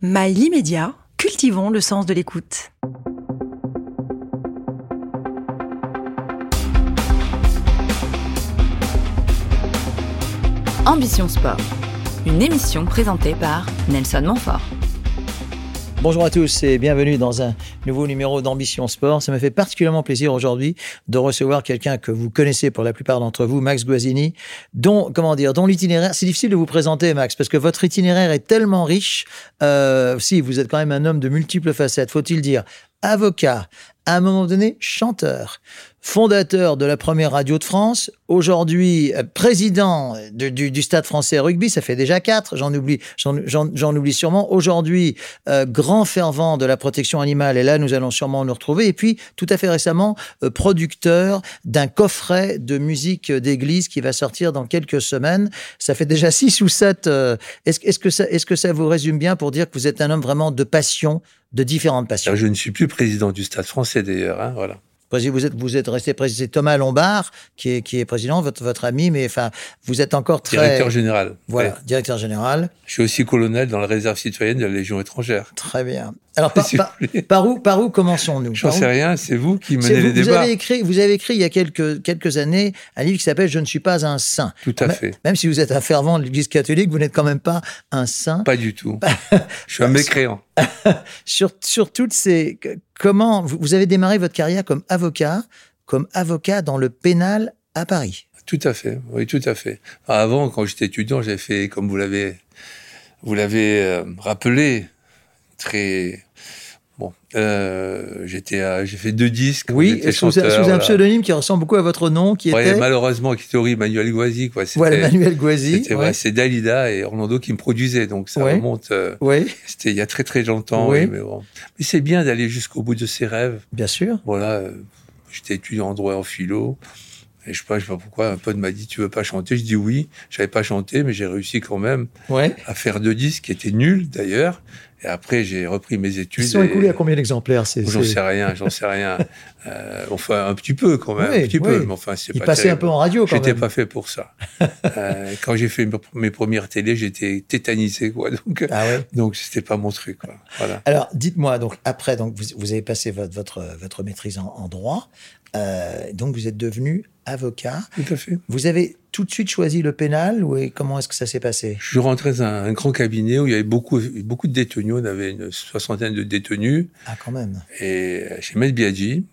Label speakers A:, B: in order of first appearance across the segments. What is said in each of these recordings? A: Mail immédiat, cultivons le sens de l'écoute.
B: Ambition Sport, une émission présentée par Nelson Montfort.
C: Bonjour à tous et bienvenue dans un nouveau numéro d'Ambition Sport. Ça me fait particulièrement plaisir aujourd'hui de recevoir quelqu'un que vous connaissez pour la plupart d'entre vous, Max Guazzini, dont, comment dire, dont l'itinéraire, c'est difficile de vous présenter, Max, parce que votre itinéraire est tellement riche. Euh, si, vous êtes quand même un homme de multiples facettes, faut-il dire, avocat, à un moment donné chanteur, fondateur de la première radio de France, aujourd'hui euh, président de- du, du Stade français rugby, ça fait déjà quatre, j'en oublie, j'en- j'en j'en oublie sûrement, aujourd'hui euh, grand fervent de la protection animale, et là nous allons sûrement nous retrouver, et puis tout à fait récemment euh, producteur d'un coffret de musique euh, d'église qui va sortir dans quelques semaines, ça fait déjà six ou sept, euh, est-ce est-ce que, ça- est-ce que ça vous résume bien pour dire que vous êtes un homme vraiment de passion, de différentes passions
D: Alors, Je ne suis plus président du Stade français d'ailleurs. hein, voilà.
C: Prési- Vous êtes, vous êtes resté président. C'est Thomas Lombard qui est, qui est président, votre, votre ami, mais enfin, vous êtes encore très.
D: Directeur général.
C: Voilà,
D: Ouais.
C: directeur général.
D: Je suis aussi colonel dans la réserve citoyenne de la Légion étrangère.
C: Très bien. Alors, par,
D: S'il vous
C: par-
D: plaît.
C: par où, par où commençons-nous
D: J'en
C: Par où-
D: sais rien, c'est vous qui
C: Ah C'est
D: menez
C: vous,
D: les
C: vous
D: débats.
C: avez écrit, vous avez écrit il y a quelques, quelques années un livre qui s'appelle Je ne suis pas un saint.
D: Tout à
C: Mais-
D: fait.
C: Même si vous êtes un fervent de l'Église catholique, vous n'êtes quand même pas un saint.
D: Pas du tout.
C: Bah,
D: Je suis un mécréant.
C: Sur, sur toutes ces. que- Comment. Vous, vous avez démarré votre carrière comme avocat, comme avocat dans le pénal à Paris.
D: Tout à fait. Oui, tout à fait. Bah, Avant, quand j'étais étudiant, j'avais fait, comme vous l'avez, vous l'avez euh, rappelé, très bon. euh, j'étais, à- j'ai fait deux disques.
C: Oui,
D: j'étais
C: sous,
D: chanteur,
C: sous un
D: voilà.
C: pseudonyme qui ressemble beaucoup à votre nom, qui
D: Ouais,
C: était
D: malheureusement, qui théorie Manuel Guazi, quoi. C'était-
C: voilà, Manuel Guazi.
D: C'était vrai, c'est Dalida et Orlando qui me produisaient, donc ça
C: Ouais.
D: remonte. euh,
C: Oui,
D: C'était il y a très très longtemps,
C: Oui.
D: oui, mais bon. Mais c'est bien d'aller jusqu'au bout de ses rêves.
C: bien sûr.
D: Voilà, euh, j'étais étudiant en droit en philo. Et je sais pas, je sais pas pourquoi, un pote m'a dit, tu veux pas chanter? Je dis oui. J'avais pas chanté, mais j'ai réussi quand même
C: Ouais.
D: à faire deux disques qui étaient nuls, d'ailleurs. Et après, j'ai repris mes études.
C: Ils sont
D: et-
C: écoulés à combien d'exemplaires c'est,
D: J'en
C: c'est-
D: sais rien, j'en sais rien. Euh, enfin, un petit peu quand même,
C: Oui,
D: un petit
C: oui.
D: peu, mais enfin, c'est
C: Ils
D: pas
C: passaient un
D: terrible.
C: peu en radio quand
D: J'étais
C: même.
D: pas fait pour ça. Euh, quand j'ai fait mes- mes premières télés, j'étais tétanisé, quoi. Donc, euh,
C: Ah ouais.
D: donc c'était pas mon truc, quoi. Voilà.
C: Alors, dites-moi, donc après, donc vous, vous avez passé votre votre, votre maîtrise en, en droit, euh, donc vous êtes devenu avocat.
D: Tout à fait.
C: Vous avez tout de suite choisi le pénal ou et comment est-ce que ça s'est passé
D: Je suis rentré dans un, un grand cabinet où il y avait beaucoup, beaucoup de détenus. On avait une soixantaine de détenus.
C: Ah, quand même.
D: Et euh, chez Maître Biaggi.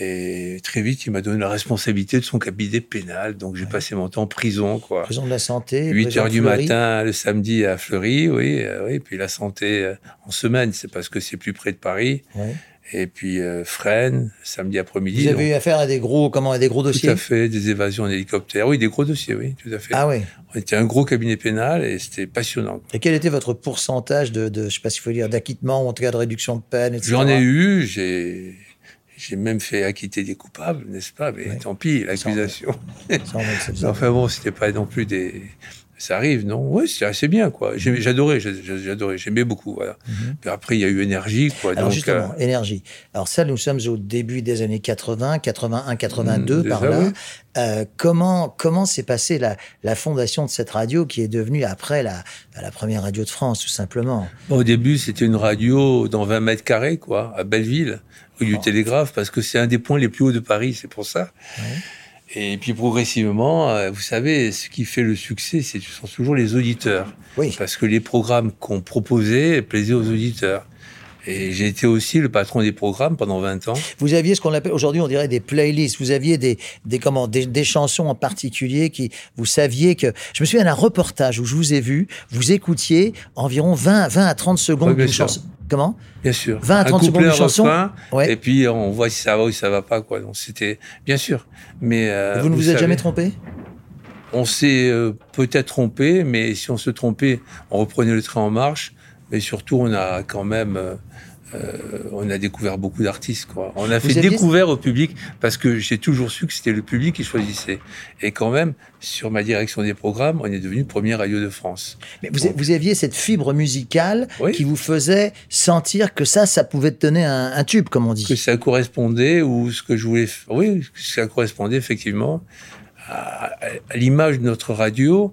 D: Et très vite, il m'a donné la responsabilité de son cabinet pénal. Donc, j'ai passé mon temps en prison, quoi.
C: Prison de la santé.
D: 8
C: prison
D: heures du
C: Fleury.
D: matin le samedi à Fleury, oui, euh, oui. Puis la santé euh, en semaine, c'est parce que c'est plus près de Paris.
C: Ouais.
D: Et puis euh, Fresnes, samedi
C: Vous
D: après-midi. donc,
C: avez eu affaire à des gros comment à des gros
D: Tout
C: dossiers.
D: à fait, des évasions en hélicoptère. Oui, des gros dossiers, oui, tout à fait.
C: Ah oui.
D: On était un gros cabinet pénal et c'était passionnant.
C: Et quel était votre pourcentage de, de je sais pas s'il faut dire d'acquittement ou en tout cas de réduction de peine, etc.
D: J'en ai eu, j'ai, j'ai même fait acquitter des coupables, n'est-ce pas Mais
C: Ouais.
D: tant pis, l'accusation.
C: Ça, on va le savoir.
D: Enfin bon, c'était pas non plus des. Ça arrive, non Oui, c'était assez bien, quoi. J'aimais- J'adorais, j'ai- j'ai- j'adorais, j'aimais beaucoup, voilà.
C: Mhm.
D: Puis après, il y a eu énergie, quoi.
C: Alors
D: donc, euh,
C: justement, énergie. Alors ça, nous sommes au début des années 80, 81, 82
D: Mm,
C: par
D: déjà,
C: là.
D: oui.
C: Euh, comment comment s'est passée la, la fondation de cette radio qui est devenue après la, bah, la première radio de France, tout simplement
D: Au début, c'était une radio dans 20 mètres carrés, quoi, à Belleville, rue du
C: Oh.
D: Télégraphe, parce que c'est un des points les plus hauts de Paris, c'est pour ça. Et puis progressivement, euh, vous savez, ce qui fait le succès, c'est ce sont toujours les auditeurs,
C: Oui.
D: parce que les programmes qu'on proposait plaisaient aux auditeurs. Et j'ai été aussi le patron des programmes pendant 20 ans.
C: Vous aviez ce qu'on appelle aujourd'hui, on dirait des playlists. Vous aviez des des comment des, des chansons en particulier qui vous saviez que je me souviens d'un reportage où je vous ai vu, vous écoutiez environ 20 20 à 30 secondes
D: Oui, bien
C: d'une
D: sûr.
C: chanson. Comment
D: Bien sûr.
C: 20 à
D: Un
C: 30
D: couplet,
C: secondes de
D: un
C: chanson.
D: refrain,
C: Ouais.
D: Et puis on voit si ça va ou si ça va pas, quoi. Donc c'était bien sûr. Mais euh,
C: Vous ne vous, êtes
D: savez-
C: jamais trompé
D: On s'est euh, peut-être trompé, mais si on se trompait, on reprenait le train en marche. Mais surtout, on a quand même, euh, euh, on a découvert beaucoup d'artistes. Quoi. On a
C: Vous
D: fait
C: aviez-
D: découvert au public parce que j'ai toujours su que c'était le public qui choisissait. Et quand même, sur ma direction des programmes, on est devenu première radio de France.
C: Mais vous, vous aviez cette fibre musicale
D: Oh. Oui.
C: qui vous faisait sentir que ça, ça pouvait te donner un, un tube, comme on dit.
D: Que ça correspondait ou ce que je voulais, f- oui, que ça correspondait effectivement à, à- à l'image de notre radio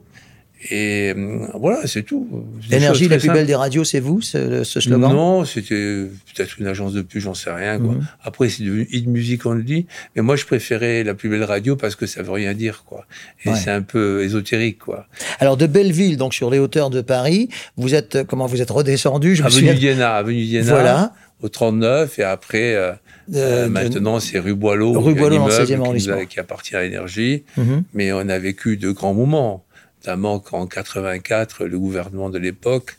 D: Et euh, voilà, c'est tout. C'est des
C: L'énergie
D: choses
C: la
D: très
C: plus
D: simples.
C: belle des radios, c'est vous, ce, ce slogan
D: Non, c'était peut-être une agence de pub, j'en sais rien. Quoi.
C: Mhm.
D: Après, c'est devenu Hit Music Only, mais moi, je préférais la plus belle radio parce que ça veut rien dire, quoi. Et
C: Ouais.
D: c'est un peu ésotérique, quoi.
C: Alors, de Belleville, donc sur les hauteurs de Paris, vous êtes, euh, comment vous êtes redescendu Je me
D: Avenue
C: souviens.
D: Diana, Avenue Diana,
C: Voilà.
D: au 39, et après, euh,
C: Euh,
D: euh,
C: de-
D: maintenant, c'est rue Boileau,
C: Rue
D: il y a un
C: Boileau, dans le
D: immeuble
C: 16e
D: qui nous a-
C: arrondissement.
D: qui appartient à Énergie.
C: Mhm.
D: Mais on a vécu de grands moments, notamment quand en 84, le gouvernement de l'époque,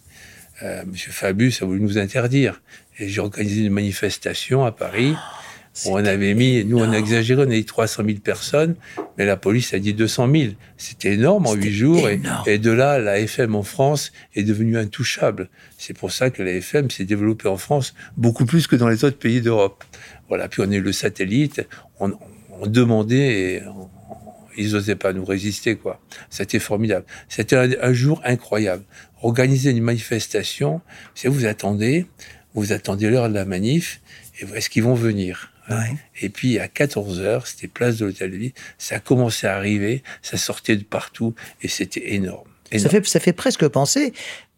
D: euh, M. Fabius, a voulu nous interdire. Et j'ai organisé une manifestation à Paris. où on avait mis, nous on a exagéré, on a dit 300 000 personnes, mais la police a dit 200 000. C'était énorme en huit jours. et-
C: énorme.
D: Et, de là, la FM en France est devenue intouchable. C'est pour ça que la FM s'est développée en France beaucoup plus que dans les autres pays d'Europe. Voilà, puis on a eu le satellite, on, on demandait et on- ils n'osaient pas nous résister, quoi. C'était formidable. C'était un, un jour incroyable. Organiser une manifestation, c'est vous attendez, vous attendez l'heure de la manif, et est-ce qu'ils vont venir
C: Ouais.
D: Et puis à 14 heures, c'était place de l'Hôtel de Ville, ça commençait à arriver, ça sortait de partout, et c'était énorme.
C: Ça
D: énorme.
C: fait, ça fait presque penser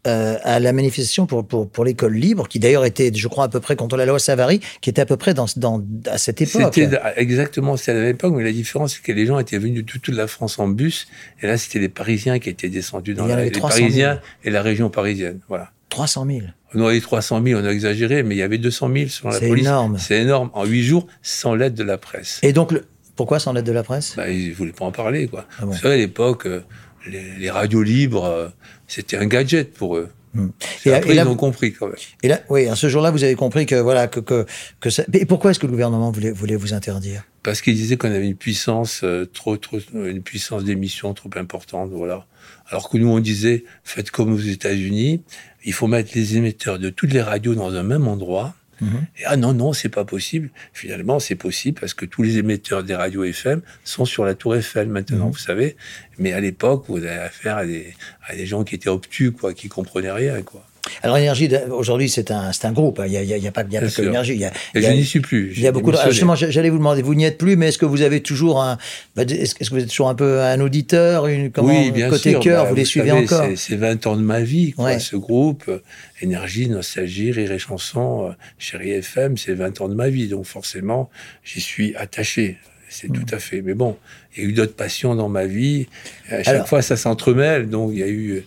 C: euh, à la manifestation pour, pour, pour l'école libre, qui d'ailleurs était, je crois, à peu près contre la loi Savary, qui était à peu près dans, dans, à cette époque.
D: C'était ah, exactement c'était à la même époque, mais la différence, c'est que les gens étaient venus de toute la France en bus, et là, c'était les Parisiens qui étaient descendus dans
C: Il y en
D: la,
C: avait
D: les
C: 300 000.
D: Parisiens et la région parisienne. Voilà.
C: 300 000.
D: On a eu 300 000, on a exagéré, mais il y avait 200 000 selon la
C: C'est
D: police.
C: énorme.
D: C'est énorme. En huit jours, sans l'aide de la presse.
C: Et donc, le- pourquoi sans l'aide de la presse
D: Bah, ils voulaient pas en parler, quoi.
C: Ah bon.
D: Vous savez, à l'époque, euh, les, les radios libres, euh, c'était un gadget pour eux.
C: Hmm.
D: C'est
C: Et-
D: après,
C: et là-
D: ils ont compris, quand même.
C: Et là, oui, à ce jour-là, vous avez compris que voilà que que, que ça... Et pourquoi est-ce que le gouvernement voulait, voulait vous interdire
D: Parce qu'ils disaient qu'on avait une puissance, euh, trop, trop, une puissance d'émission trop importante, voilà. Alors que nous, on disait, faites comme aux États-Unis, il faut mettre les émetteurs de toutes les radios dans un même endroit.
C: Mhm.
D: Et ah non, non, c'est pas possible. Finalement, c'est possible parce que tous les émetteurs des radios FM sont sur la tour FM maintenant,
C: Mhm.
D: vous savez. Mais à l'époque, vous avez affaire à des, à des gens qui étaient obtus, quoi, qui comprenaient rien, quoi.
C: Alors, énergie aujourd'hui, c'est un c'est un groupe. hein. Il y a il y a, il y a pas il y a
D: Bien
C: pas que
D: sûr.
C: énergie. Il y a,
D: Et
C: il y
D: je
C: a-
D: n'y suis plus.
C: il y a
D: J'ai
C: beaucoup. De... Alors,
D: démissionné.
C: justement, j'a- j'allais vous demander, vous n'y êtes plus, mais est-ce que vous avez toujours un bah, Est-ce est-ce que vous êtes toujours un peu un auditeur, une comment
D: oui, bien
C: côté
D: sûr,
C: cœur,
D: bah,
C: vous les suivez
D: savez,
C: encore
D: c'est- C'est 20 ans de ma vie, quoi,
C: Ouais.
D: ce groupe. euh, Énergie, Nostalgie, Rire et Chanson, euh, Chérie FM, c'est 20 ans de ma vie. Donc forcément, j'y suis attaché. C'est
C: Mm.
D: tout à fait. Mais bon, il y a eu d'autres passions dans ma vie. À chaque
C: Alors-
D: fois, ça s'entremêle. Donc il y a eu...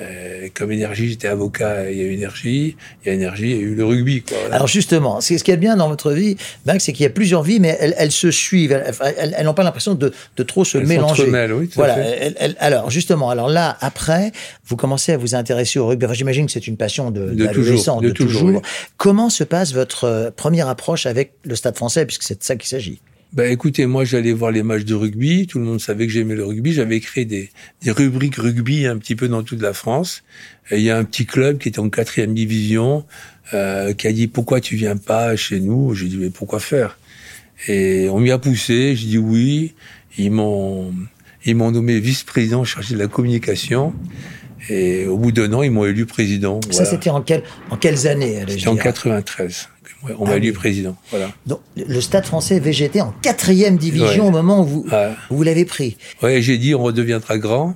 D: euh, comme énergie, j'étais avocat, il y a eu énergie, il y a énergie, il y a eu le rugby. Quoi, voilà.
C: Alors justement, c'est ce qui est bien dans votre vie, Max, c'est qu'il y a plusieurs vies, mais elles, elles se suivent. Elles- Elles elles- elles n'ont pas l'impression de, de trop se
D: Elles
C: mélanger.
D: s'entremêlent, oui, tout à
C: voilà.
D: fait.
C: elles- elles- alors justement, alors là, après, vous commencez à vous intéresser au rugby. Enfin, J'imagine que c'est une passion de,
D: De
C: d'adolescent,
D: toujours, de toujours,
C: Comment se passe votre euh, première approche avec le Stade Français, puisque c'est de ça qu'il s'agit
D: Ben écoutez, moi j'allais voir les matchs de rugby, tout le monde savait que j'aimais le rugby, j'avais créé des, des rubriques rugby un petit peu dans toute la France. Et il y a un petit club qui était en quatrième division, euh, qui a dit pourquoi tu viens pas chez nous J'ai dit mais pourquoi faire Et on m'y a poussé, j'ai dit oui, ils m'ont ils m'ont nommé vice-président chargé de la communication. Et au bout d'un an, ils m'ont élu président.
C: Ça,
D: Voilà.
C: c'était en, quel- en quelles années euh, allais-je
D: C'était en
C: dire
D: 93. que On
C: Ah
D: m'a élu
C: oui.
D: président. Voilà.
C: Donc, le Stade Français VGT en quatrième division
D: Ouais.
C: au moment où vous,
D: Ouais.
C: où vous l'avez pris.
D: Ouais, j'ai dit on redeviendra grand.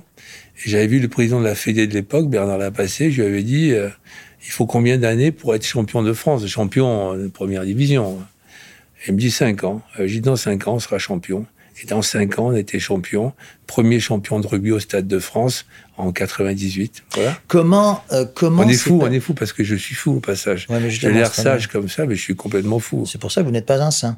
D: Et J'avais vu le président de la Fédé de l'époque, Bernard Lapassé, je lui avais dit euh, il faut combien d'années pour être champion de France, champion de première division. Et il me dit 5 ans. Euh, J'ai dit dans 5 ans, on sera champion. Et dans 5 ans, on était champion, premier champion de rugby au Stade de France en 98. Voilà.
C: Comment, euh, comment
D: on est
C: c'est
D: fou,
C: pas-
D: on est fou parce que je suis fou au passage.
C: Ouais, mais
D: J'ai
C: justement,
D: l'air
C: c'est pas
D: sage comme ça, mais je suis complètement fou.
C: C'est pour ça que vous n'êtes pas un saint.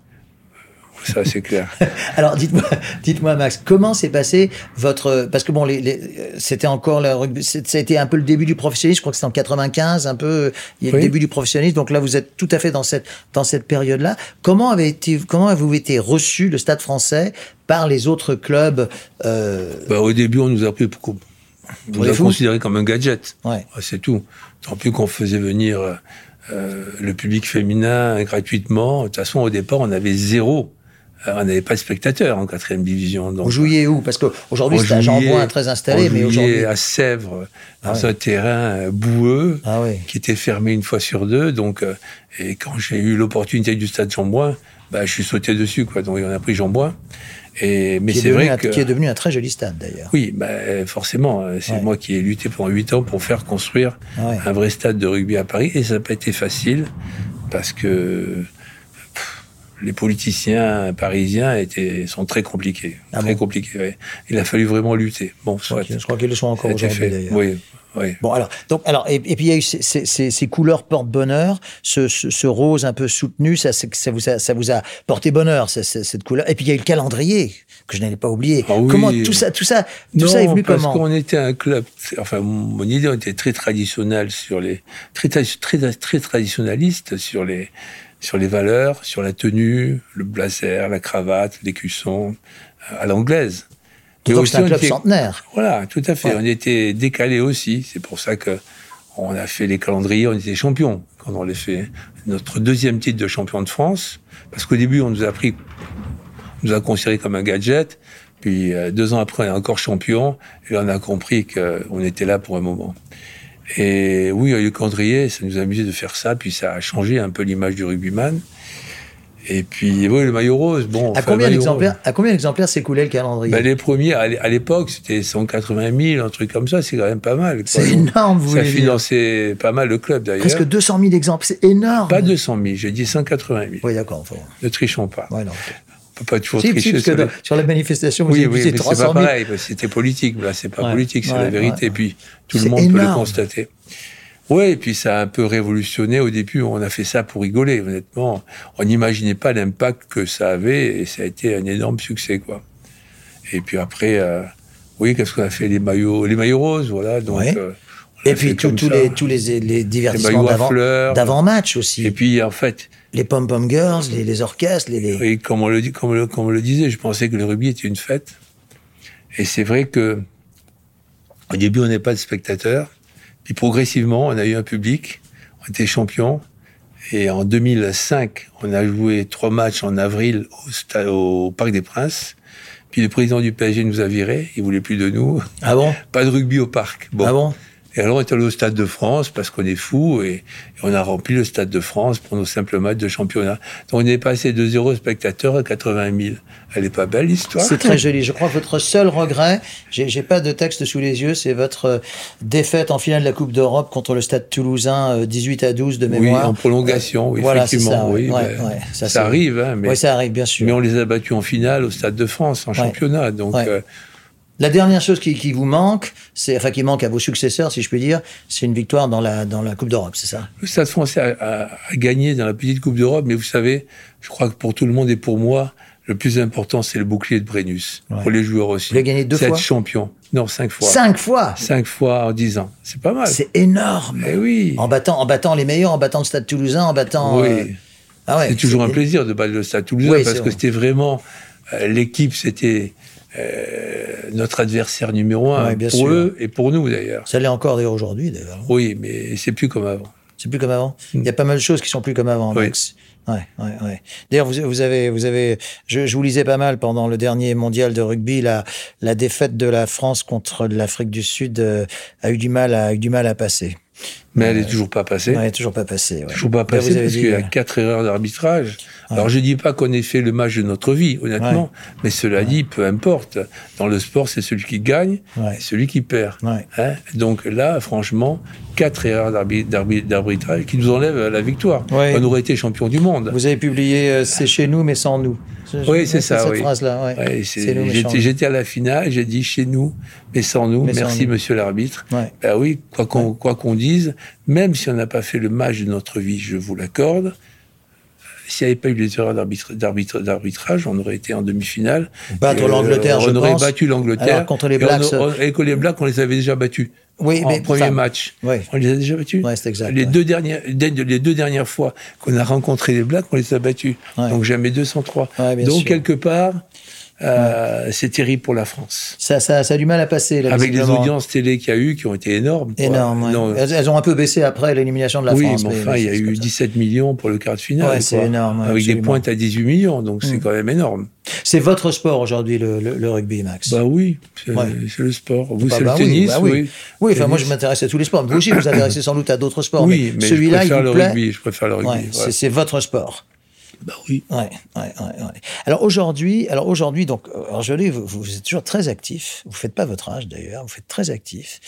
D: Ça, c'est clair.
C: Alors dites-moi, dites-moi Max, comment s'est passé votre parce que bon, les, les- euh, c'était encore le rugby, c'est- ça a été un peu le début du professionnalisme. Je crois que c'était en 95, un peu il y a le
D: Oui.
C: début du professionnalisme. Donc là, vous êtes tout à fait dans cette dans cette période-là. Comment avait été comment avez-vous été reçu le Stade Français par les autres clubs euh,
D: Bah, au début, on nous a pris pour, pour
C: Pour
D: nous
C: des
D: a
C: fous.
D: considéré comme un gadget.
C: Ouais.
D: Ouais, C'est tout. Tant plus qu'on faisait venir euh, euh, le public féminin gratuitement. De toute façon, au départ, on avait zéro. Euh, on n'avait pas de spectateurs en quatrième division. Donc,
C: Vous jouiez où Parce que aujourd'hui,
D: on
C: c'est à
D: jouait-
C: Jean-Bouin très installé,
D: on
C: mais
D: jouait
C: aujourd'hui.
D: à Sèvres, dans
C: Ah
D: un terrain euh, boueux,
C: Ah oui.
D: qui était fermé une fois sur deux. Donc, euh, et quand j'ai eu l'opportunité du stade Jean-Bouin, bah, je suis sauté dessus. Quoi. Donc, on a pris Jean-Bouin. Et, mais
C: qui est
D: c'est
C: devenu
D: vrai
C: un-
D: que...
C: qui est devenu un très joli stade d'ailleurs.
D: Oui, bah, forcément, euh, c'est
C: Ouais.
D: moi qui ai lutté pendant huit ans pour faire construire
C: Ah Ouais.
D: un vrai stade de rugby à Paris et ça n'a pas été facile parce que pff, les politiciens parisiens étaient, sont très compliqués.
C: Ah
D: très
C: bon
D: compliqués, ouais. Il a fallu vraiment lutter. Bon,
C: Je crois
D: soit.
C: qu'ils- je crois qu'ils le sont
D: ça a
C: encore
D: été
C: aujourd'hui
D: fait.
C: d'ailleurs.
D: Oui, oui.
C: Bon, alors, donc, alors, et, et puis il y a eu ces, ces- ces- ces couleurs porte-bonheur, ce, ce- ce rose un peu soutenu, ça, c'est- ça, vous, a, ça vous a porté bonheur, ça- ça- cette couleur. Et puis il y a eu le calendrier, que je n'allais pas oublier.
D: Ah oui.
C: Comment tout ça, tout ça, tout
D: non,
C: ça est venu
D: parce
C: comment
D: qu'on était un club. Enfin, mon idée était très traditionnelle sur les très tra- très très traditionnaliste sur les sur les valeurs, sur la tenue, le blazer, la cravate, l'écusson euh, à l'anglaise. Mais
C: D'autant que c'est un
D: on
C: club
D: était-
C: centenaire.
D: Voilà, tout à fait.
C: Ouais.
D: On était décalé aussi. C'est pour ça que on a fait les calendriers. On était champions quand on les fait. hein. Notre deuxième titre de champion de France, parce qu'au début on nous a pris, on nous a considéré comme un gadget. Puis euh, deux ans après, on est encore champion. Et là, on a compris que on était là pour un moment. Et oui, le calendrier, ça nous a amusé de faire ça. Puis ça a changé un peu l'image du rugbyman. Et puis, oui, le maillot rose. Bon,
C: À
D: enfin,
C: combien,
D: le maillot rose.
C: d'exemplaires, à combien d'exemplaires s'écoulait le calendrier
D: Bah, les premiers, à l'é- à l'époque, c'était 180 000, un truc comme ça, c'est quand même pas mal. quoi.
C: C'est
D: Donc,
C: énorme, vous
D: Ça
C: voulez dire.
D: finançait pas mal le club, d'ailleurs.
C: Presque 200 000 exemples, c'est énorme.
D: Pas 200 000, j'ai dit 180 000.
C: Oui, d'accord. enfin,
D: Ne trichons pas.
C: ouais, non.
D: On peut pas toujours
C: Si, si,
D: tricher.
C: parce que
D: sur les-
C: dans- sur la manifestation, vous
D: Oui,
C: avez
D: oui,
C: visé
D: mais c'est
C: 300 000.
D: pas pareil. parce que C'était politique, là, c'est pas
C: Ouais,
D: politique, c'est
C: ouais,
D: la vérité.
C: ouais.
D: Et puis, tout le
C: C'est
D: monde peut le
C: énorme.
D: constater. Oui, et puis ça a un peu révolutionné. Au début, on a fait ça pour rigoler, honnêtement. On n'imaginait pas l'impact que ça avait, et ça a été un énorme succès, quoi. Et puis après, euh, oui, qu'est-ce qu'on a fait Les maillots, les maillots roses, voilà. Donc,
C: Ouais.
D: euh, on
C: Et
D: a fait
C: puis tous-
D: comme
C: tous
D: ça. Eh ben,
C: les, tous les, les
D: les
C: divertissements
D: maillots à
C: d'avant-
D: fleurs.
C: d'avant-match aussi.
D: Et puis, en fait,
C: les pom-pom girls, les, les orchestres, les, les-
D: Oui, comme on le, dit- comme, on le, comme on le disait, je pensais que le rugby était une fête. Et c'est vrai que au début, on n'avait pas de spectateurs. Puis progressivement, on a eu un public. On était champion. Et en 2005, on a joué trois matchs en avril au, sta- au Parc des Princes. Puis le président du PSG nous a virés. Il voulait plus de nous.
C: Ah bon
D: Pas de rugby au parc. Bon.
C: Ah bon
D: Et alors, on est allé au Stade de France parce qu'on est fou et, et on a rempli le Stade de France pour nos simples matchs de championnat. Donc, on est passé de 0 spectateurs à 80 000. Elle est pas belle, l'histoire
C: C'est très joli. Je crois que votre seul regret, j'ai j'ai pas de texte sous les yeux, c'est votre euh, défaite en finale de la Coupe d'Europe contre le Stade Toulousain, euh, 18 à 12 de
D: Oui,
C: mémoire.
D: en prolongation, oui,
C: euh, Voilà, c'est
D: effectivement.
C: ça.
D: oui,
C: ouais, ouais,
D: ben,
C: ouais,
D: ça,
C: c'est-
D: arrive, hein, mais,
C: ouais, ça arrive, bien sûr.
D: mais on les a battus en finale au Stade de France, en
C: Ouais.
D: championnat. Donc,
C: Ouais.
D: euh,
C: La dernière chose qui, qui vous manque, c'est enfin qui manque à vos successeurs, si je puis dire, c'est une victoire dans la dans la Coupe d'Europe, c'est ça
D: Le Stade français a, a- a gagné dans la petite Coupe d'Europe, mais vous savez, je crois que pour tout le monde et pour moi, le plus important, c'est le bouclier de Brennus.
C: Ouais.
D: Pour les joueurs aussi.
C: Vous l'avez gagné deux
D: C'est
C: fois
D: être champion. Non, cinq fois.
C: Cinq fois.
D: Cinq fois en dix ans. C'est pas mal.
C: C'est énorme.
D: Eh oui.
C: En battant en battant les meilleurs, en battant le Stade Toulousain, en battant.
D: Oui.
C: euh, Ah ouais.
D: c'est toujours un plaisir de battre le Stade Toulousain
C: Oui,
D: parce
C: c'est
D: que
C: vrai.
D: c'était vraiment euh, l'équipe, c'était euh, notre adversaire numéro un
C: Ouais, bien
D: pour
C: sûr.
D: eux et pour nous d'ailleurs.
C: Ça l'est encore d'ailleurs aujourd'hui d'ailleurs.
D: Oui, mais c'est plus comme avant.
C: C'est plus comme avant. Il y a pas mal de choses qui sont plus comme avant,
D: Mm. Oui.
C: Max. Ouais, ouais, ouais. D'ailleurs, vous, vous avez, vous avez, je, je vous lisais pas mal pendant le dernier mondial de rugby, la, la défaite de la France contre l'Afrique du Sud euh, a eu du mal, à- a eu du mal à passer.
D: Mais elle est toujours pas passée.
C: Ouais, toujours pas passé. Ouais.
D: Toujours pas
C: D'ailleurs,
D: passée
C: vous avez
D: parce
C: dit,
D: qu'il y
C: euh,
D: a quatre erreurs d'arbitrage. Alors je dis pas qu'on ait fait le match de notre vie, honnêtement, mais cela dit, peu importe. Dans le sport, c'est celui qui gagne
C: Ouais.
D: et celui qui perd.
C: Ouais.
D: Hein Donc là, franchement, quatre erreurs d'arbi- d'arbi- d'arbitrage qui nous enlèvent la victoire.
C: Ouais.
D: On aurait été champion du monde.
C: Vous avez publié euh, C'est chez nous, mais sans nous.
D: Oui, c'est ça,
C: Cette
D: oui.
C: phrase-là, ouais.
D: Ouais, c'est-
C: C'est nous, mais sans
D: J'étais j'étais à la finale, j'ai dit chez nous, mais sans nous.
C: Mais sans
D: merci,
C: nous.
D: monsieur l'arbitre.
C: nous. Ouais.
D: Ben oui, quoi qu'on quoi qu'on dise, même si on n'a pas fait le match de notre vie, je vous l'accorde, s'il n'y avait pas eu les erreurs d'arbitre- d'arbitre- d'arbitrage, on aurait été en demi-finale.
C: Battre
D: Et, euh,
C: l'Angleterre, je
D: On aurait
C: pense.
D: battu l'Angleterre.
C: Alors, contre les
D: et on
C: Blacks, euh,
D: a- on- Et que les Blacks, on les avait déjà battus.
C: Oui,
D: en
C: mais
D: premier
C: enfin,
D: match.
C: ouais.
D: On les a déjà battus
C: Ouais, c'est exact,
D: Les,
C: ouais.
D: deux dernières, dès- les deux dernières fois qu'on a rencontré les Blacks, on les a battus.
C: Ouais.
D: Donc jamais 203.
C: Ouais, bien
D: Donc
C: sûr.
D: quelque part, euh, c'est terrible pour la France.
C: Ça, ça, ça a du mal à passer. Là,
D: Avec les
C: visiblement.
D: audiences télé qu'il y a eu, qui ont été énormes. quoi.
C: Énorme. ouais.
D: Non, euh,
C: Elles, elles ont un peu baissé après l'élimination de la
D: oui,
C: France.
D: mais enfin, il y a
C: c'est
D: eu
C: comme ça.
D: 17 millions pour le quart de finale.
C: Ouais, c'est
D: quoi.
C: énorme, ouais,
D: Avec des
C: absolument. Mm.
D: pointes à 18 millions, donc c'est quand même énorme.
C: C'est votre sport aujourd'hui, le, le- le rugby, Max.
D: Bah oui, c'est
C: Ouais.
D: c'est le sport. Vous,
C: Bah,
D: c'est
C: bah
D: le tennis,
C: bah
D: oui.
C: oui. Oui, enfin, moi, je
D: Tennis.
C: m'intéresse à tous les sports. Vous aussi, vous vous intéressez sans doute à d'autres sports.
D: Oui, mais je
C: celui-là, il
D: préfère
C: vous
D: le
C: plaît.
D: rugby. Je préfère le rugby.
C: Ouais,
D: ouais.
C: c'est- C'est votre sport.
D: Bah oui.
C: Ouais, ouais, ouais, ouais. Alors aujourd'hui, alors aujourd'hui, donc euh, Angeli, vous, vous êtes toujours très actif. Vous faites pas votre âge d'ailleurs. Vous faites très actif.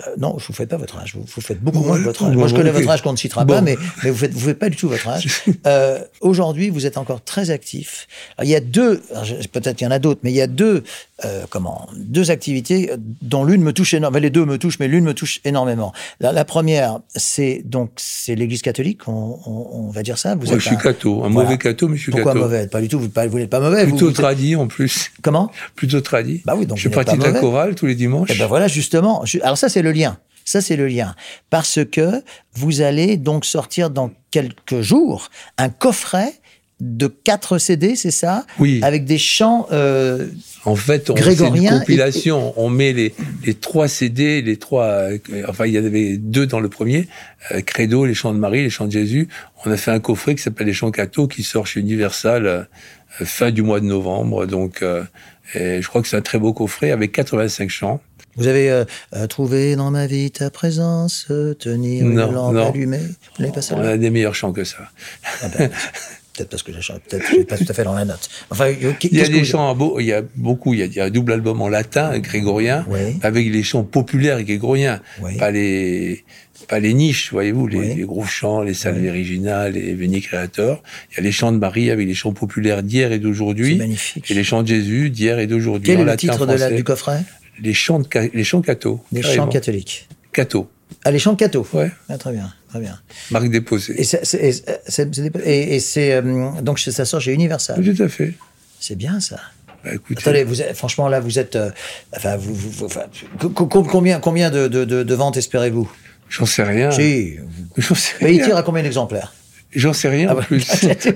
C: Euh, non, vous faites pas votre âge. Vous, vous faites beaucoup
D: Ouais,
C: moins de votre âge.
D: ouais,
C: Moi, je
D: ouais,
C: connais
D: ok.
C: votre âge qu'on ne citera
D: Bon.
C: pas, mais, mais vous faites vous faites pas du tout votre âge. Euh, aujourd'hui, vous êtes encore très actif. Alors, il y a deux, alors, je- peut-être qu'il y en a d'autres, mais il y a deux euh, comment deux activités dont l'une me touche énormément. Les deux me touchent, mais l'une me touche énormément. La, la première, c'est donc c'est l'Église catholique. On, on- on va dire ça. Vous
D: Moi,
C: êtes
D: je suis
C: un-
D: catho, un
C: Voilà.
D: mauvais catho, mais je suis
C: pourquoi
D: catho.
C: mauvais Pas du tout, vous pas- vous n'êtes pas mauvais. vous-
D: Plutôt
C: vous, êtes-
D: tradit en plus.
C: Comment
D: Plutôt tradit.
C: Bah oui, donc vous
D: je
C: n'êtes
D: pratique
C: pas
D: la
C: mauvais.
D: chorale tous les dimanches.
C: Eh ben voilà, justement. Je- alors ça, c'est le lien. Ça, c'est le lien. Parce que vous allez donc sortir dans quelques jours un coffret de 4 CD, c'est ça
D: Oui.
C: Avec des chants... euh,
D: En fait, on fait
C: Grégorien
D: une compilation. On met les, les trois CD, les trois. euh, enfin, il y en avait deux dans le premier euh, Credo, les chants de Marie, les chants de Jésus. On a fait un coffret qui s'appelle Les chants catho, qui sort chez Universal euh, fin du mois de novembre. Donc, euh, et je crois que c'est un très beau coffret avec 85 chants.
C: vous avez euh, euh, trouvé dans ma vie ta présence, euh, tenir une
D: Non,
C: lampe
D: non.
C: allumée. Vous n'avez pas ça
D: On
C: là
D: a des meilleurs chants que ça.
C: Peut-être parce que je chante, peut-être que je suis pas tout à fait dans la note. Enfin, euh, qu'est-
D: Il y a
C: qu'est-ce que
D: des
C: vous-
D: chants, à beau- il y a beaucoup. Il y a, il y a un double album en latin, un grégorien,
C: Oui.
D: avec les chants populaires grégoriens,
C: Oui.
D: pas les pas les niches, voyez-vous, les,
C: Oui.
D: les gros chants, les salves originales, les Veni Creator. Il y a les chants de Marie avec les chants populaires d'hier et
C: C'est
D: d'aujourd'hui,
C: magnifique.
D: et les chants de Jésus d'hier et d'aujourd'hui.
C: Quel
D: en
C: est le
D: latin,
C: titre de la-
D: français.
C: du coffret
D: Les chants de ca- les chants catho.
C: Des
D: carrément.
C: chants catholiques.
D: Catho,
C: Ah, les chants catho.
D: Ah ouais.
C: Ah, très bien, très bien.
D: Marc déposé.
C: Et ça- c'est- et c'est- c'est- et- et c'est, euh, donc ça sort chez Universal.
D: Tout à fait.
C: C'est bien ça.
D: Bah, écoutez,
C: Attendez, vous êtes- franchement là, vous êtes, euh, enfin, vous, vous- vous- enfin, co- co- combien, combien de, de- de- de ventes espérez-vous
D: j'en sais Ah. rien.
C: Si.
D: J'en sais
C: Mais il
D: rien.
C: tire à combien d'exemplaires
D: J'en sais rien
C: Ah
D: en
C: bah,
D: plus.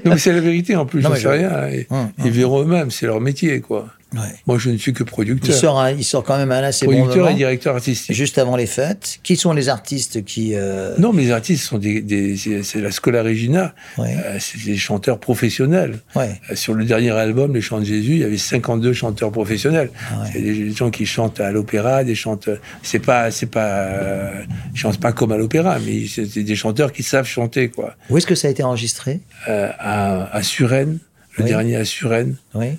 D: non, mais c'est la vérité en plus.
C: Non,
D: J'en
C: mais
D: sais
C: je-
D: rien. Ils,
C: Hum,
D: ils verront eux-mêmes. C'est leur métier, quoi.
C: Ouais.
D: Moi, je ne suis que
C: Il
D: producteur.
C: sort, un- il sort quand même un assez bon
D: producteur
C: moment,
D: et directeur artistique.
C: juste avant les fêtes. Qui sont les artistes qui euh,
D: Non, mais les artistes sont des. des- c'est c'est la Scola Regina.
C: Ouais.
D: Euh, c'est des chanteurs professionnels.
C: Ouais.
D: Euh, Sur le dernier album, Les Chants de Jésus, il y avait 52 chanteurs professionnels.
C: Ah ouais.
D: C'est des, des gens qui chantent à l'opéra, des chanteurs. C'est pas, c'est pas, euh, ils chantent pas comme à l'opéra, mais c'est c'est des chanteurs qui savent chanter quoi.
C: Où est-ce que ça a été enregistré
D: Euh, à, à Suresnes, le
C: Oui.
D: dernier à Suresnes,
C: Oui.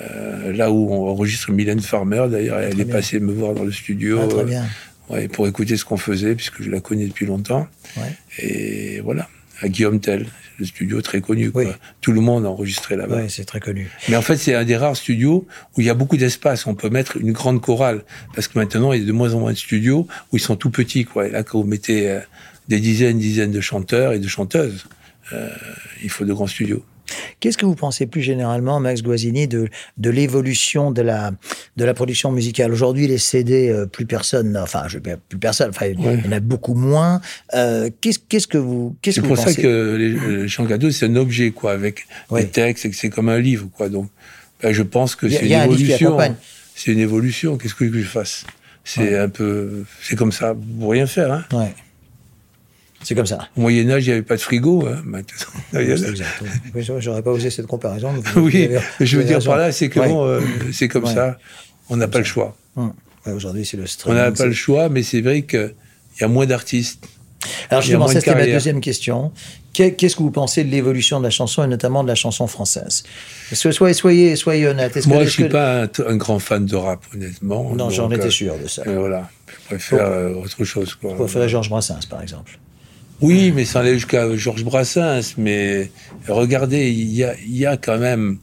D: euh, là où on enregistre Mylène Farmer. D'ailleurs, elle est
C: bien.
D: passée me voir dans le studio
C: Ah, très
D: euh,
C: bien.
D: ouais, pour écouter ce qu'on faisait, puisque je la connais depuis longtemps.
C: Ouais.
D: Et voilà, à Guillaume Tell, le studio très connu.
C: Oui.
D: Quoi. Tout le monde a enregistré là-bas.
C: Ouais, c'est très connu.
D: Mais en fait, c'est un des rares studios où il y a beaucoup d'espace. On peut mettre une grande chorale. Parce que maintenant, il y a de moins en moins de studios où ils sont tout petits. Quoi. Et là, quand vous mettez euh, des dizaines, dizaines de chanteurs et de chanteuses, euh, il faut de grands studios.
C: Qu'est-ce que vous pensez plus généralement, Max Guazzini, de, de l'évolution de la, de la production musicale Aujourd'hui, les CD, euh, plus personne, enfin, je, plus personne, enfin,
D: Ouais.
C: il y en a beaucoup moins. Euh, qu'est-ce, qu'est-ce que vous, qu'est-ce
D: C'est
C: que
D: pour
C: vous
D: ça
C: pensez
D: que les, le chant cadeau, c'est un objet, quoi, avec
C: Oui.
D: des textes, et que c'est comme un livre, quoi. Donc, ben, je pense que
C: Il y a-
D: c'est une,
C: il y a un livre qui
D: évolution.
C: accompagne.
D: C'est une évolution. Qu'est-ce que je fasse C'est un peu, c'est comme ça. Vous rien faire. Hein.
C: Ouais. C'est comme ça.
D: Au Moyen Âge, il n'y avait pas de frigo. Hein. Maintenant, il y en
C: C'est
D: a-
C: exact. Oui, c'est vrai, J'aurais pas osé cette comparaison. mais vous- vous
D: Oui,
C: avez-
D: mais je veux
C: vous avez
D: dire
C: raison.
D: par là, c'est que
C: Ouais.
D: bon, euh, c'est comme
C: Ouais.
D: ça. On n'a pas le choix.
C: Hum. Ouais, aujourd'hui, c'est le
D: On
C: streaming.
D: n'a pas
C: c'est-
D: le choix, mais c'est vrai qu'il y a moins d'artistes.
C: Alors
D: Il y a
C: justement,
D: moins
C: ça
D: de
C: c'était ma
D: carrière.
C: deuxième question. Qu'est- Qu'est-ce que vous pensez de l'évolution de la chanson et notamment de la chanson française So- Soyez, soyez, soyez honnête. Est-ce que-
D: Moi, je
C: est-ce
D: suis
C: que-
D: pas un, un grand fan de rap, honnêtement.
C: Non, j'en
D: Donc,
C: étais
D: euh,
C: sûr de ça.
D: euh, voilà, je préfère euh, autre chose. Quoi.
C: Je préférais Georges Brassens, par exemple.
D: Oui, mais sans aller jusqu'à Georges Brassens. Mais regardez, il y a, il y a quand même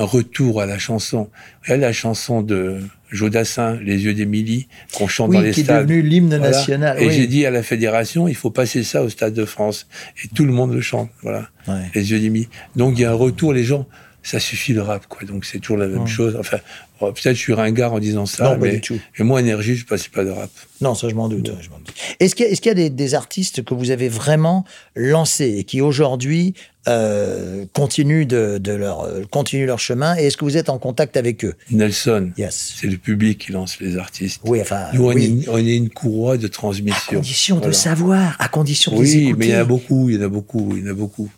D: un retour à la chanson. Regardez la chanson de Jodassin, Les yeux d'Émilie, qu'on chante dans
C: Oui,
D: les
C: qui est
D: stades.
C: devenu l'hymne
D: Voilà.
C: national.
D: Et
C: oui.
D: j'ai dit à la fédération, il faut passer ça au Stade de France. Et tout le monde le chante, voilà.
C: Ouais.
D: Les yeux d'Émilie. Donc il y a un retour, les gens, ça suffit le rap, quoi. Donc c'est toujours la même chose. Enfin, bon, peut-être je suis ringard en disant ça,
C: Non, pas
D: ah, mais,
C: du tout.
D: mais moi, énergie, je passais pas de rap.
C: Non, ça, je m'en doute. je m'en doute. Est-ce qu'il y a, est-ce qu'il y a des, des artistes que vous avez vraiment lancés et qui aujourd'hui euh, continuent, de, de leur, euh, continuent leur chemin Et est-ce que vous êtes en contact avec eux
D: Nelson,
C: Yes.
D: c'est le public qui lance les artistes.
C: Oui, enfin,
D: Nous, on,
C: oui.
D: est, une- on est une courroie de
C: à
D: transmission.
C: condition de
D: Voilà.
C: le savoir, à condition de les
D: Oui,
C: écouter.
D: mais il y en a beaucoup, il y en a beaucoup, il y en a beaucoup.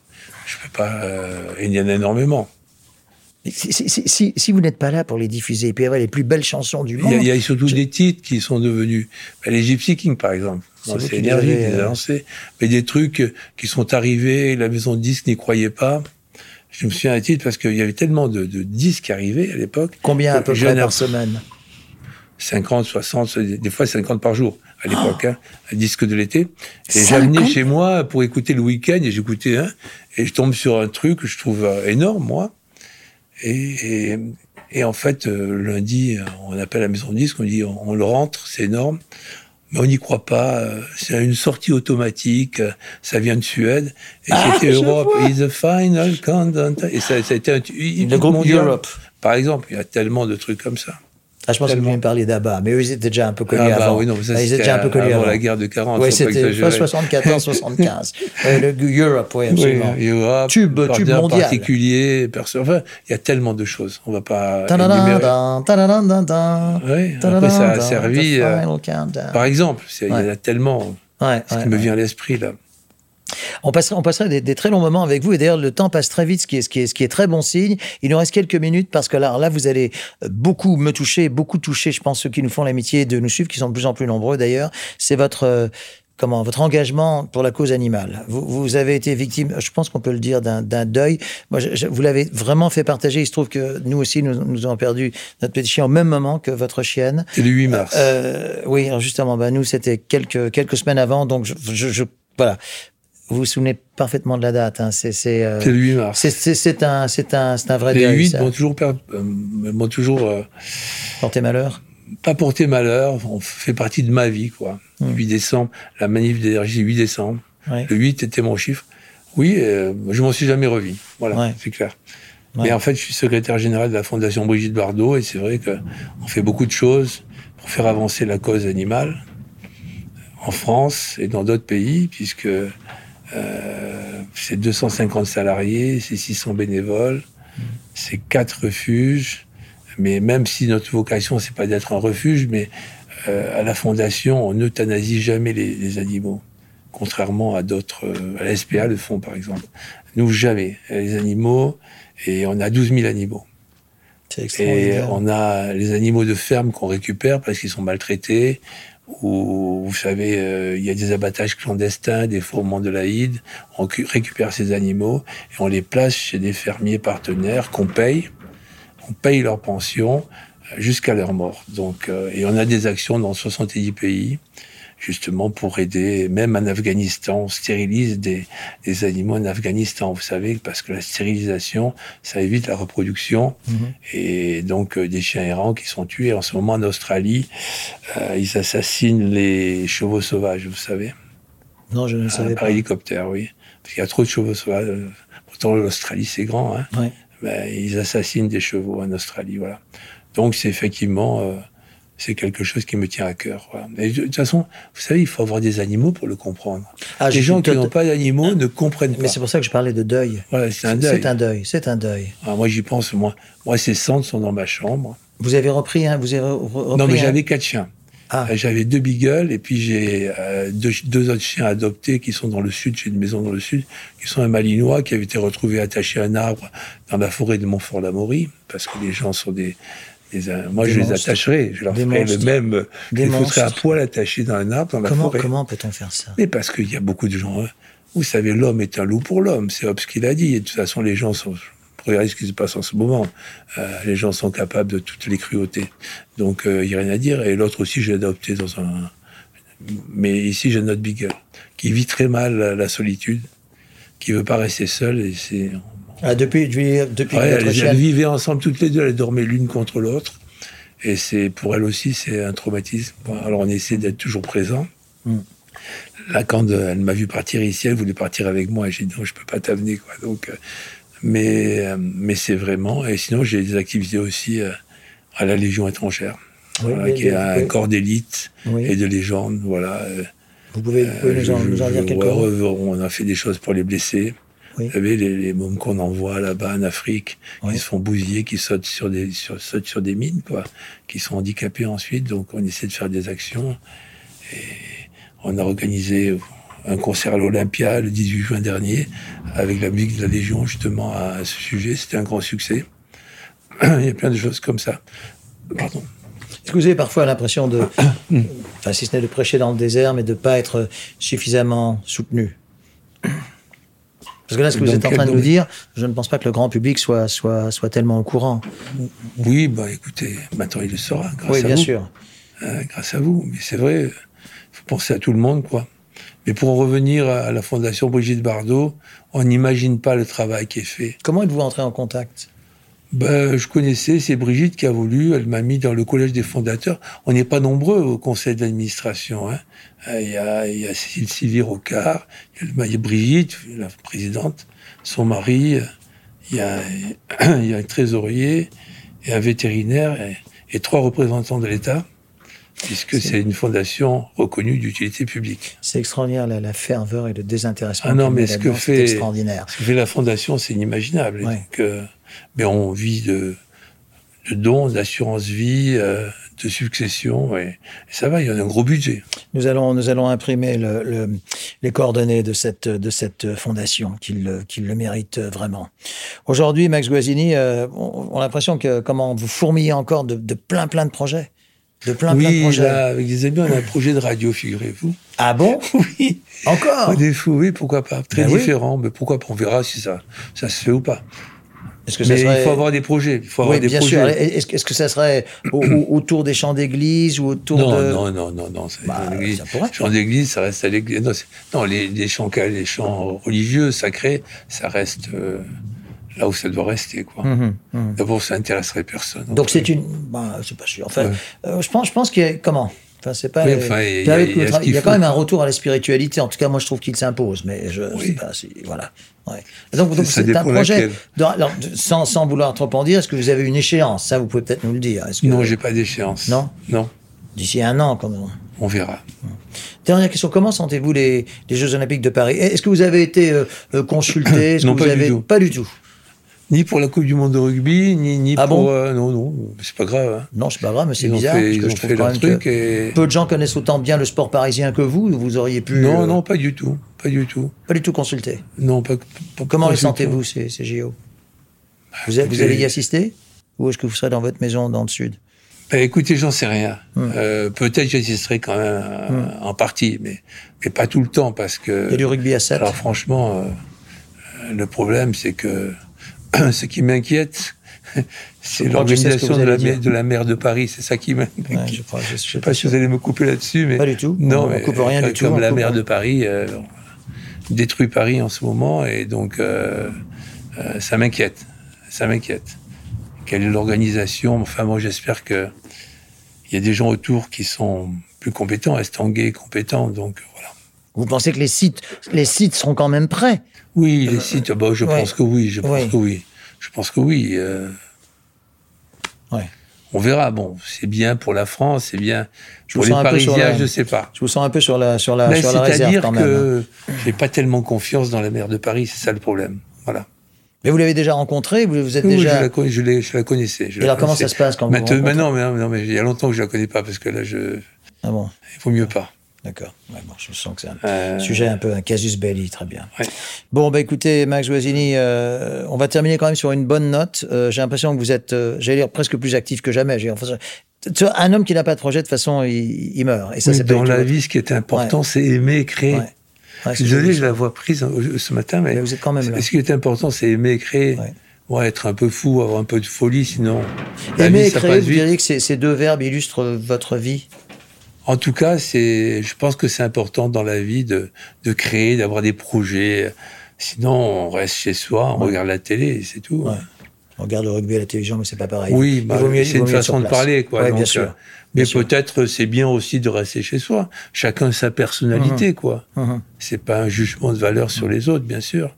D: Je peux pas, euh, il y en a énormément.
C: Si, si- si- si- si vous n'êtes pas là pour les diffuser et puis avoir les plus belles chansons du
D: Il
C: monde,
D: y a, il y a surtout des titres qui sont devenus. ben, les Gypsy Kings, par exemple.
C: C'est
D: Non,
C: vous
D: C'est
C: qui les
D: énergie
C: avez,
D: qui les a
C: euh,
D: lancés. Mais des trucs qui sont arrivés, la maison de disques n'y croyait pas. Je me souviens à titre parce qu'il y avait tellement de, de disques arrivés à l'époque.
C: Combien à peu
D: Je
C: près
D: n'ai-
C: par semaine
D: 50, 60, des fois 50 par jour à l'époque,
C: Oh.
D: hein, un disque de l'été. Et
A: 50?
D: j'amenais chez moi pour écouter le week-end et j'écoutais un. Et je tombe sur un truc que je trouve euh, énorme, moi. Et, et, et en fait, euh, lundi, euh, on appelle la maison de disque, on dit on, on le rentre, c'est énorme. Mais on n'y croit pas. euh, C'est une sortie automatique. euh, Ça vient de Suède. Et
C: Ah,
D: c'était Europe is the final countdown. Et ça, ça a été un hit
C: Le groupe
D: mondial.
C: Europe.
D: Par exemple, il y a tellement de trucs comme ça.
C: Ah, je pense que vous
D: Tellement.
C: voulez me parler d'Abba, mais eux, ils étaient déjà un peu connus
D: Ah bah
C: avant.
D: oui, non, mais
C: Ah,
D: ça,
C: ils étaient
D: c'était
C: déjà un peu connus
D: avant
C: avant.
D: la guerre de 40,
C: Oui,
D: faut pas
C: c'était
D: exagérer.
C: 74, 75. Ouais, le gu- Europe, oui,
D: Oui,
C: absolument.
D: Europe,
C: Tube-
D: Fender
C: tube mondial.
D: particulier, perso- enfin, il y a tellement de choses. On va pas énumérer.
C: Tadadadun, tadadadadun,
D: Oui, après,
C: tadadadun,
D: ça a
C: the
D: servi, euh,
C: final countdown.
D: Par exemple, c'est- il y en a tellement.
C: Ouais,
D: Ce
C: ouais,
D: qui me
C: ouais.
D: vient à l'esprit là.
C: On passerait, on passerait des, des très longs moments avec vous. Et d'ailleurs, le temps passe très vite, ce qui, est, ce, qui est, ce qui est très bon signe. Il nous reste quelques minutes parce que là, alors là, vous allez euh, beaucoup me toucher, beaucoup toucher, je pense, ceux qui nous font l'amitié de nous suivre, qui sont de plus en plus nombreux d'ailleurs. C'est votre. euh, Comment votre engagement pour la cause animale Vous, vous avez été victime, je pense qu'on peut le dire, d'un d'un deuil. Moi, je- je- vous l'avez vraiment fait partager. Il se trouve que nous aussi, nous, nous avons perdu notre petit chien au même moment que votre chienne.
D: C'est le 8 mars.
C: Euh, oui, alors justement, bah, nous, c'était quelques, quelques semaines avant, donc je, je- je- voilà. Vous vous souvenez parfaitement de la date. hein, C'est c'est euh,
D: c'est le 8 mars.
C: c'est- c'est- c'est un, c'est un, c'est un vrai
D: Les
C: deuil.
D: 8
C: ça.
D: m'ont toujours, per- euh, m'ont toujours euh,
C: Porté malheur.
D: pas porté malheur. On fait partie de ma vie, quoi. 8 décembre, la manif d'énergie, 8 décembre.
C: Hmm. Ouais.
D: Le 8 était mon chiffre. Oui, euh, je m'en suis jamais revu. Voilà,
C: Ouais.
D: c'est clair.
C: Ouais.
D: Mais en fait, je suis secrétaire général de la Fondation Brigitte Bardot et c'est vrai que on fait beaucoup de choses pour faire avancer la cause animale euh, en France et dans d'autres pays, puisque euh, c'est 250 salariés, c'est 600 bénévoles,
C: Hmm.
D: c'est quatre refuges. Mais même si notre vocation, c'est pas d'être un refuge, mais euh, à la Fondation, on euthanasie jamais les- les animaux contrairement à d'autres, euh, à la SPA le font par exemple. Nous, jamais. Les animaux, et on a 12 000 animaux.
C: C'est
D: Et euh,
C: extraordinaire.
D: on a les animaux de ferme qu'on récupère parce qu'ils sont maltraités, ou vous savez, euh, il y a des abattages clandestins, des fourments de l'Aïd. On cu- récupère ces animaux et on les place chez des fermiers partenaires qu'on paye. On paye leur pension euh, jusqu'à leur mort. Donc, euh, et on a des actions dans 70 pays justement pour aider, même en Afghanistan, on stérilise des, des animaux en Afghanistan, vous savez, parce que la stérilisation, ça évite la reproduction,
C: Mhm.
D: et donc euh, des chiens errants qui sont tués. En ce moment, en Australie, euh, ils assassinent les chevaux sauvages, vous savez,
C: Non, je ne le savais
D: par
C: pas.
D: hélicoptère, oui. Parce qu'il y a trop de chevaux sauvages. Pourtant, l'Australie, c'est grand, hein
C: Ouais.
D: ben, ils assassinent des chevaux en Australie, voilà. Donc c'est effectivement euh, c'est quelque chose qui me tient à cœur. Voilà. Mais de, de toute façon, vous savez, il faut avoir des animaux pour le comprendre.
C: Ah, je
D: les gens
C: suis
D: qui
C: tot- Ah,
D: n'ont pas d'animaux ne comprennent
C: Mais
D: pas.
C: c'est pour ça que je parlais de deuil.
D: Voilà, c'est un deuil.
C: C'est un deuil. C'est un deuil.
D: Ah, moi, j'y pense. Moi, moi, ces cendres sont dans ma chambre.
C: Vous avez repris, hein, vous avez re- re- repris.
D: non, mais
C: hein.
D: j'avais quatre chiens.
C: Ah.
D: Euh, J'avais deux beagles et puis j'ai euh, deux, deux autres chiens adoptés qui sont dans le sud. J'ai une maison dans le sud qui sont un Malinois qui avait été retrouvé attaché à un arbre dans la forêt de Montfort-la-Maurie parce que les gens sont des, des, euh, moi
C: Des
D: je les
C: monstres.
D: attacherai, je leur
C: Des
D: ferai le
C: monstres.
D: même, euh, je
C: Des
D: les foutrais à
C: monstres.
D: poil attachés dans un arbre dans la
C: Comment,
D: forêt.
C: comment peut-on faire ça
D: Mais parce qu'il y a beaucoup de gens. hein. Vous savez, l'homme est un loup pour l'homme. C'est Hobbes qui l'a dit. Et de toute façon, les gens sont. Regardez ce qui se passe en ce moment. Euh, les gens sont capables de toutes les cruautés. Donc, euh, il n'y a rien à dire. Et l'autre aussi, je l'ai adopté dans un. Mais ici, j'ai notre Beagle, qui vit très mal la, la solitude, qui veut pas rester seul. Et c'est.
C: Ah, Depuis, depuis, depuis
D: Ouais,
C: que votre
D: elles,
C: chien-
D: elles vivaient ensemble toutes les deux. Elles dormaient l'une contre l'autre. Et c'est pour elle aussi, c'est un traumatisme. Bon, Alors on essaie d'être toujours présent.
C: Hmm.
D: Là, quand euh, elle m'a vu partir ici, elle voulait partir avec moi. Et J'ai dit non, je peux pas t'amener, quoi. Donc, euh, mais euh, mais c'est vraiment. Et sinon, j'ai des activités aussi euh, à la Légion étrangère,
C: Oui,
D: voilà,
C: mais-
D: qui est un
C: mais-
D: corps d'élite
C: Oui.
D: ah, et de légende, voilà. Euh,
C: Vous pouvez, vous pouvez nous, en,
D: je-
C: nous en
D: je-
C: dire
D: je-
C: quelques
D: ouais,
C: mots
D: ouais, On a fait des choses pour les blessés.
C: Oui.
D: Vous savez, les, les mômes qu'on envoie là-bas en Afrique,
C: Oui.
D: qui se font bousiller, qui sautent sur des, sur, sautent sur des mines, quoi, qui sont handicapés ensuite. Donc, on essaie de faire des actions. Et on a organisé un concert à l'Olympia le 18 juin dernier, avec la musique de la Légion, justement, à ce sujet. C'était un grand succès. Il y a plein de choses comme ça. Pardon.
C: Est-ce que vous avez parfois l'impression de, enfin, si ce n'est de prêcher dans le désert, mais de ne pas être suffisamment soutenu Parce que là, ce que vous
D: Dans
C: êtes en
D: quel
C: train de nous
D: domaine
C: dire, je ne pense pas que le grand public soit, soit, soit tellement au courant.
D: Oui, bah écoutez, maintenant il le saura grâce
C: oui,
D: à
C: bien
D: Ah, vous.
C: sûr.
D: Euh, grâce à vous. Mais c'est vrai, euh, faut penser à tout le monde, quoi. Mais pour en revenir à à la Fondation Brigitte Bardot, on n'imagine pas le travail qui est fait.
C: Comment êtes-vous entré en contact
D: Ben, je connaissais, c'est Brigitte qui a voulu, elle m'a mis dans le collège des fondateurs. On n'est pas nombreux au conseil d'administration. hein. Euh, Il y, a, il y a Cécile Sylvie Rocard, il y a le- il y a Brigitte, la présidente, son mari, euh, il y a, il y a un trésorier, et un vétérinaire et, et trois représentants de l'État, puisque
C: C'est-
D: c'est une fondation reconnue d'utilité publique.
C: C'est extraordinaire la, la ferveur et le désintéressement.
D: Ah non,
C: qu'il
D: mais
C: met
D: ce
C: là-dedans,
D: que
C: c'est
D: fait-
C: extraordinaire.
D: Ce que fait la fondation, c'est inimaginable. Et
C: Ouais.
D: donc, euh, mais on vit de, de dons, d'assurance vie, euh, de succession. Et, et ça va, il y a un gros budget.
C: Nous allons, nous allons imprimer le, le- les coordonnées de cette, de cette fondation, qu'il le- qu'il le mérite vraiment. Aujourd'hui, Max Guazzini, euh, on, on a l'impression que comment vous fourmillez encore de, de plein, plein de projets. De plein, plein de
D: oui,
C: projets.
D: là, avec des amis, on a un projet de radio, figurez-vous.
C: Ah bon
D: Oui,
C: Encore
D: on est fous, oui, pourquoi pas. Très
C: Ah. Ben oui.
D: différent, mais pourquoi pas, on verra si ça, ça se fait ou pas.
C: Est-ce que
D: Mais
C: ça serait-
D: il faut avoir des projets. Il faut avoir
C: Oui,
D: des
C: bien
D: projets.
C: sûr. Est-ce que- est-ce que ça serait au- au- autour des champs d'église ou autour
D: Non,
C: de...
D: non, non, non, non, c'est
C: Bah,
D: dans l'église.
C: ça pourrait.
D: Chant d'église, ça reste à l'église. Non, c'est- non, les, les chants, ca- les chants religieux, sacrés, ça reste euh, là où ça doit rester, quoi.
C: Mhm, mhm.
D: D'abord, ça intéresserait personne.
C: Donc c'est une... Bah, c'est pas sûr. Enfin,
D: Ouais.
C: euh, je pense, je pense qu'il y a... Comment Enfin, c'est pas...
D: Oui,
C: euh,
D: enfin, il y a-
C: puis avec
D: il y a
C: le
D: ce
C: travail,
D: qu'il
C: il y a
D: faut.
C: quand même un retour à la spiritualité. En tout cas, moi, je trouve qu'il s'impose. Mais je
D: Oui.
C: sais pas si... Voilà. Ouais. Donc, donc,
D: Ça
C: c'est un
D: dépend
C: projet...
D: laquelle.
C: Dans- alors, sans, sans vouloir trop en dire, est-ce que vous avez une échéance Ça, vous pouvez peut-être nous le dire. Est-ce que-
D: Non, j'ai pas d'échéance.
C: Non
D: Non,
C: D'ici un an, quand même.
D: on verra.
C: Dernière question, comment sentez-vous les, les Jeux Olympiques de Paris Est-ce que vous avez été euh, euh, consulté Est-ce que
D: Non,
C: vous
D: pas du
C: avez...
D: tout.
C: Pas du tout.
D: Ni pour la Coupe du Monde de rugby, ni, ni
C: Ah
D: pour.
C: bon
D: euh, non, non, c'est pas grave. hein.
C: Non, c'est pas grave, mais c'est
D: Ils ont
C: bizarre.
D: fait-
C: parce
D: ils
C: que
D: ont
C: je trouve
D: fait
C: quand
D: leur
C: même
D: truc
C: que
D: et-
C: peu de gens connaissent autant bien le sport parisien que vous. Vous auriez pu
D: Non,
C: euh,
D: non, pas du tout. Pas du tout.
C: pas du tout consulter.
D: Non, pas, pas-
C: Comment
D: pas
C: les
D: du tout. Bah,
C: sentez-vous ces, ces JO vous, a- vous
D: écoutez-
C: allez y assister ou est-ce que vous serez dans votre maison dans le sud
D: Bah, écoutez, j'en sais rien.
C: Hmm.
D: Euh, Peut-être j'assisterai quand même euh, en partie, mais, mais pas tout le temps parce que.
C: Il y a du rugby à 7.
D: Euh, Alors franchement, euh, euh, le problème, c'est que ce qui m'inquiète, c'est
C: Je crois que je sais ce que
D: l'organisation
C: vous
D: de, la
C: allez
D: mer-
C: dire.
D: de la maire de Paris. C'est ça qui m'inquiète.
C: Ouais, je crois, je- je
D: je
C: suis
D: sais
C: pas
D: pas si vous allez me couper là-dessus, mais
C: Pas du tout.
D: Non,
C: On
D: mais
C: coupe rien
D: comme
C: du tout, on
D: Comme la
C: coupe-
D: maire de Paris euh, on détruit Paris en ce moment, et donc euh, euh, ça m'inquiète. Ça m'inquiète. Quelle est l'organisation Enfin, moi, j'espère que il y a des gens autour qui sont plus compétents. Estanguet est compétent, donc voilà.
C: Vous pensez que les sites, les sites seront quand même prêts
D: Oui, les sites, bah, je
C: ouais.
D: pense que oui, je pense
C: Oui.
D: que oui. Je pense que oui. euh,
C: Ouais.
D: on verra. Bon, c'est bien pour la France, c'est bien
C: vous
D: pour les
C: sens un peu sur
D: Parisiens,
C: la-
D: je sais pas.
C: Je vous sens un peu sur la, sur la,
D: Mais
C: sur la réserve
D: c'est-à-dire
C: quand même. hein.
D: que j'ai pas tellement confiance dans la maire de Paris, c'est ça le problème. Voilà.
C: Mais vous l'avez déjà rencontré Vous vous êtes
D: Oui,
C: déjà.
D: je, la, con- je l'ai- je la connaissais. je
C: Et
D: la
C: alors, comment ça
D: connaissais.
C: se passe quand vous
D: Maintenant-
C: vous rencontrez
D: Maintenant, mais, non, mais, non, mais il y a longtemps que je la connais pas parce que là, je,
C: Ah bon,
D: il vaut mieux pas.
C: d'accord. Ouais, bon, je sens que c'est un
D: Euh,
C: sujet un peu un casus belli, très bien.
D: Ouais.
C: Bon, bah écoutez, Max Guazzini, euh, on va terminer quand même sur une bonne note. Euh, j'ai l'impression que vous êtes, euh, j'allais dire, presque plus actif que jamais. J'ai- enfin, tu vois, un homme qui n'a pas de projet, de toute façon, il, il meurt. Et ça,
D: oui,
C: c'est pas
D: dans
C: du tout
D: la
C: votre-
D: vie, ce qui est important, c'est aimer et créer.
C: Ouais. Ouais,
D: Je
C: c'est
D: suis
C: ce que je
D: désolé,
C: dis.
D: je la vois prise euh, ce matin, mais,
C: Mais vous êtes quand même là.
D: ce qui est important, c'est aimer et créer.
C: Ouais.
D: Ouais. être un peu fou, avoir un peu de folie, sinon la
C: Aimer
D: vie,
C: et
D: ça
C: créer,
D: passe
C: vous
D: vite.
C: diriez que ces, ces deux verbes illustrent votre vie.
D: En tout cas, c'est, je pense que c'est important dans la vie de, de créer, d'avoir des projets. Sinon, on reste chez soi, on regarde la télé, et c'est tout.
C: Ouais. On regarde le rugby à la télévision, mais c'est pas pareil.
D: Oui,
C: Il
D: bah,
C: vaut mieux- il
D: c'est
C: vaut
D: une
C: mieux être sur
D: façon de
C: place.
D: parler, quoi.
C: Ouais,
D: Donc,
C: bien
D: euh,
C: sûr.
D: mais
C: sûr.
D: peut-être c'est bien aussi de rester chez soi. Chacun sa personnalité, quoi.
C: Mhm.
D: C'est pas un jugement de valeur sur les autres, bien sûr.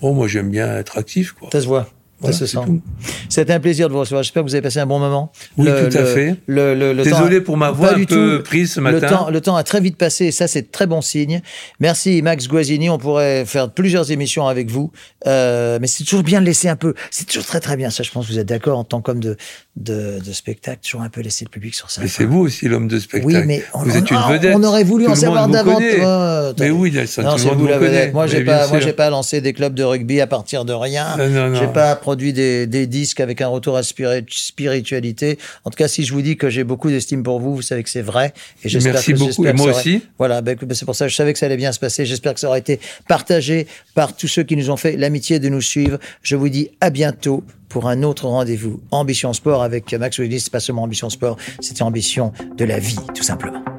D: Bon, moi j'aime bien être actif, quoi.
C: Ça se voit.
D: Voilà,
C: ça se
D: c'est
C: sent.
D: tout.
C: C'était un plaisir de vous recevoir. J'espère que vous avez passé un bon moment.
D: Oui, tout à
C: le-
D: fait.
C: le- le- le temps
D: Désolé
C: a-
D: pour ma voix
C: pas
D: un
C: du
D: peu
C: tout.
D: prise ce
C: Le
D: matin.
C: temps, le temps a très vite passé et ça, c'est très bon signe. Merci, Max Guazzini. On pourrait faire plusieurs émissions avec vous. Euh, mais c'est toujours bien de laisser un peu. C'est toujours très, très bien. Ça, je pense que vous êtes d'accord en tant qu'homme de, de, de spectacle. Toujours un peu laisser le public sur ça.
D: Mais c'est vous aussi l'homme de spectacle.
C: Oui, mais on,
D: vous êtes
C: on-
D: une vedette.
C: on aurait voulu
D: Tout
C: en
D: le
C: savoir
D: monde vous
C: davantage. Oh,
D: connaît. mais
C: attendez.
D: oui, Nelson,
C: Non,
D: tout
C: c'est
D: le monde
C: vous
D: vous
C: la
D: connaît.
C: vedette. Moi, j'ai
D: Mais bien
C: pas, moi,
D: sûr.
C: j'ai pas lancé des clubs de rugby à partir de rien.
D: Non, non, non.
C: J'ai pas produit des, des disques avec un retour à spiri- spiritualité. En tout cas, si je vous dis que j'ai beaucoup d'estime pour vous, vous savez que c'est vrai. Et j'espère
D: Merci
C: que-
D: beaucoup.
C: j'espère
D: Et
C: que
D: moi
C: ça aurait-
D: aussi.
C: Voilà, ben, écoute, ben, c'est pour ça que je savais que ça allait bien se passer. J'espère que ça aura été partagé par tous ceux qui nous ont fait l'amitié de nous suivre. Je vous dis à bientôt pour un autre rendez-vous. Ambition Sport avec Max Willis, c'est pas seulement Ambition Sport, c'était Ambition de la vie, tout simplement.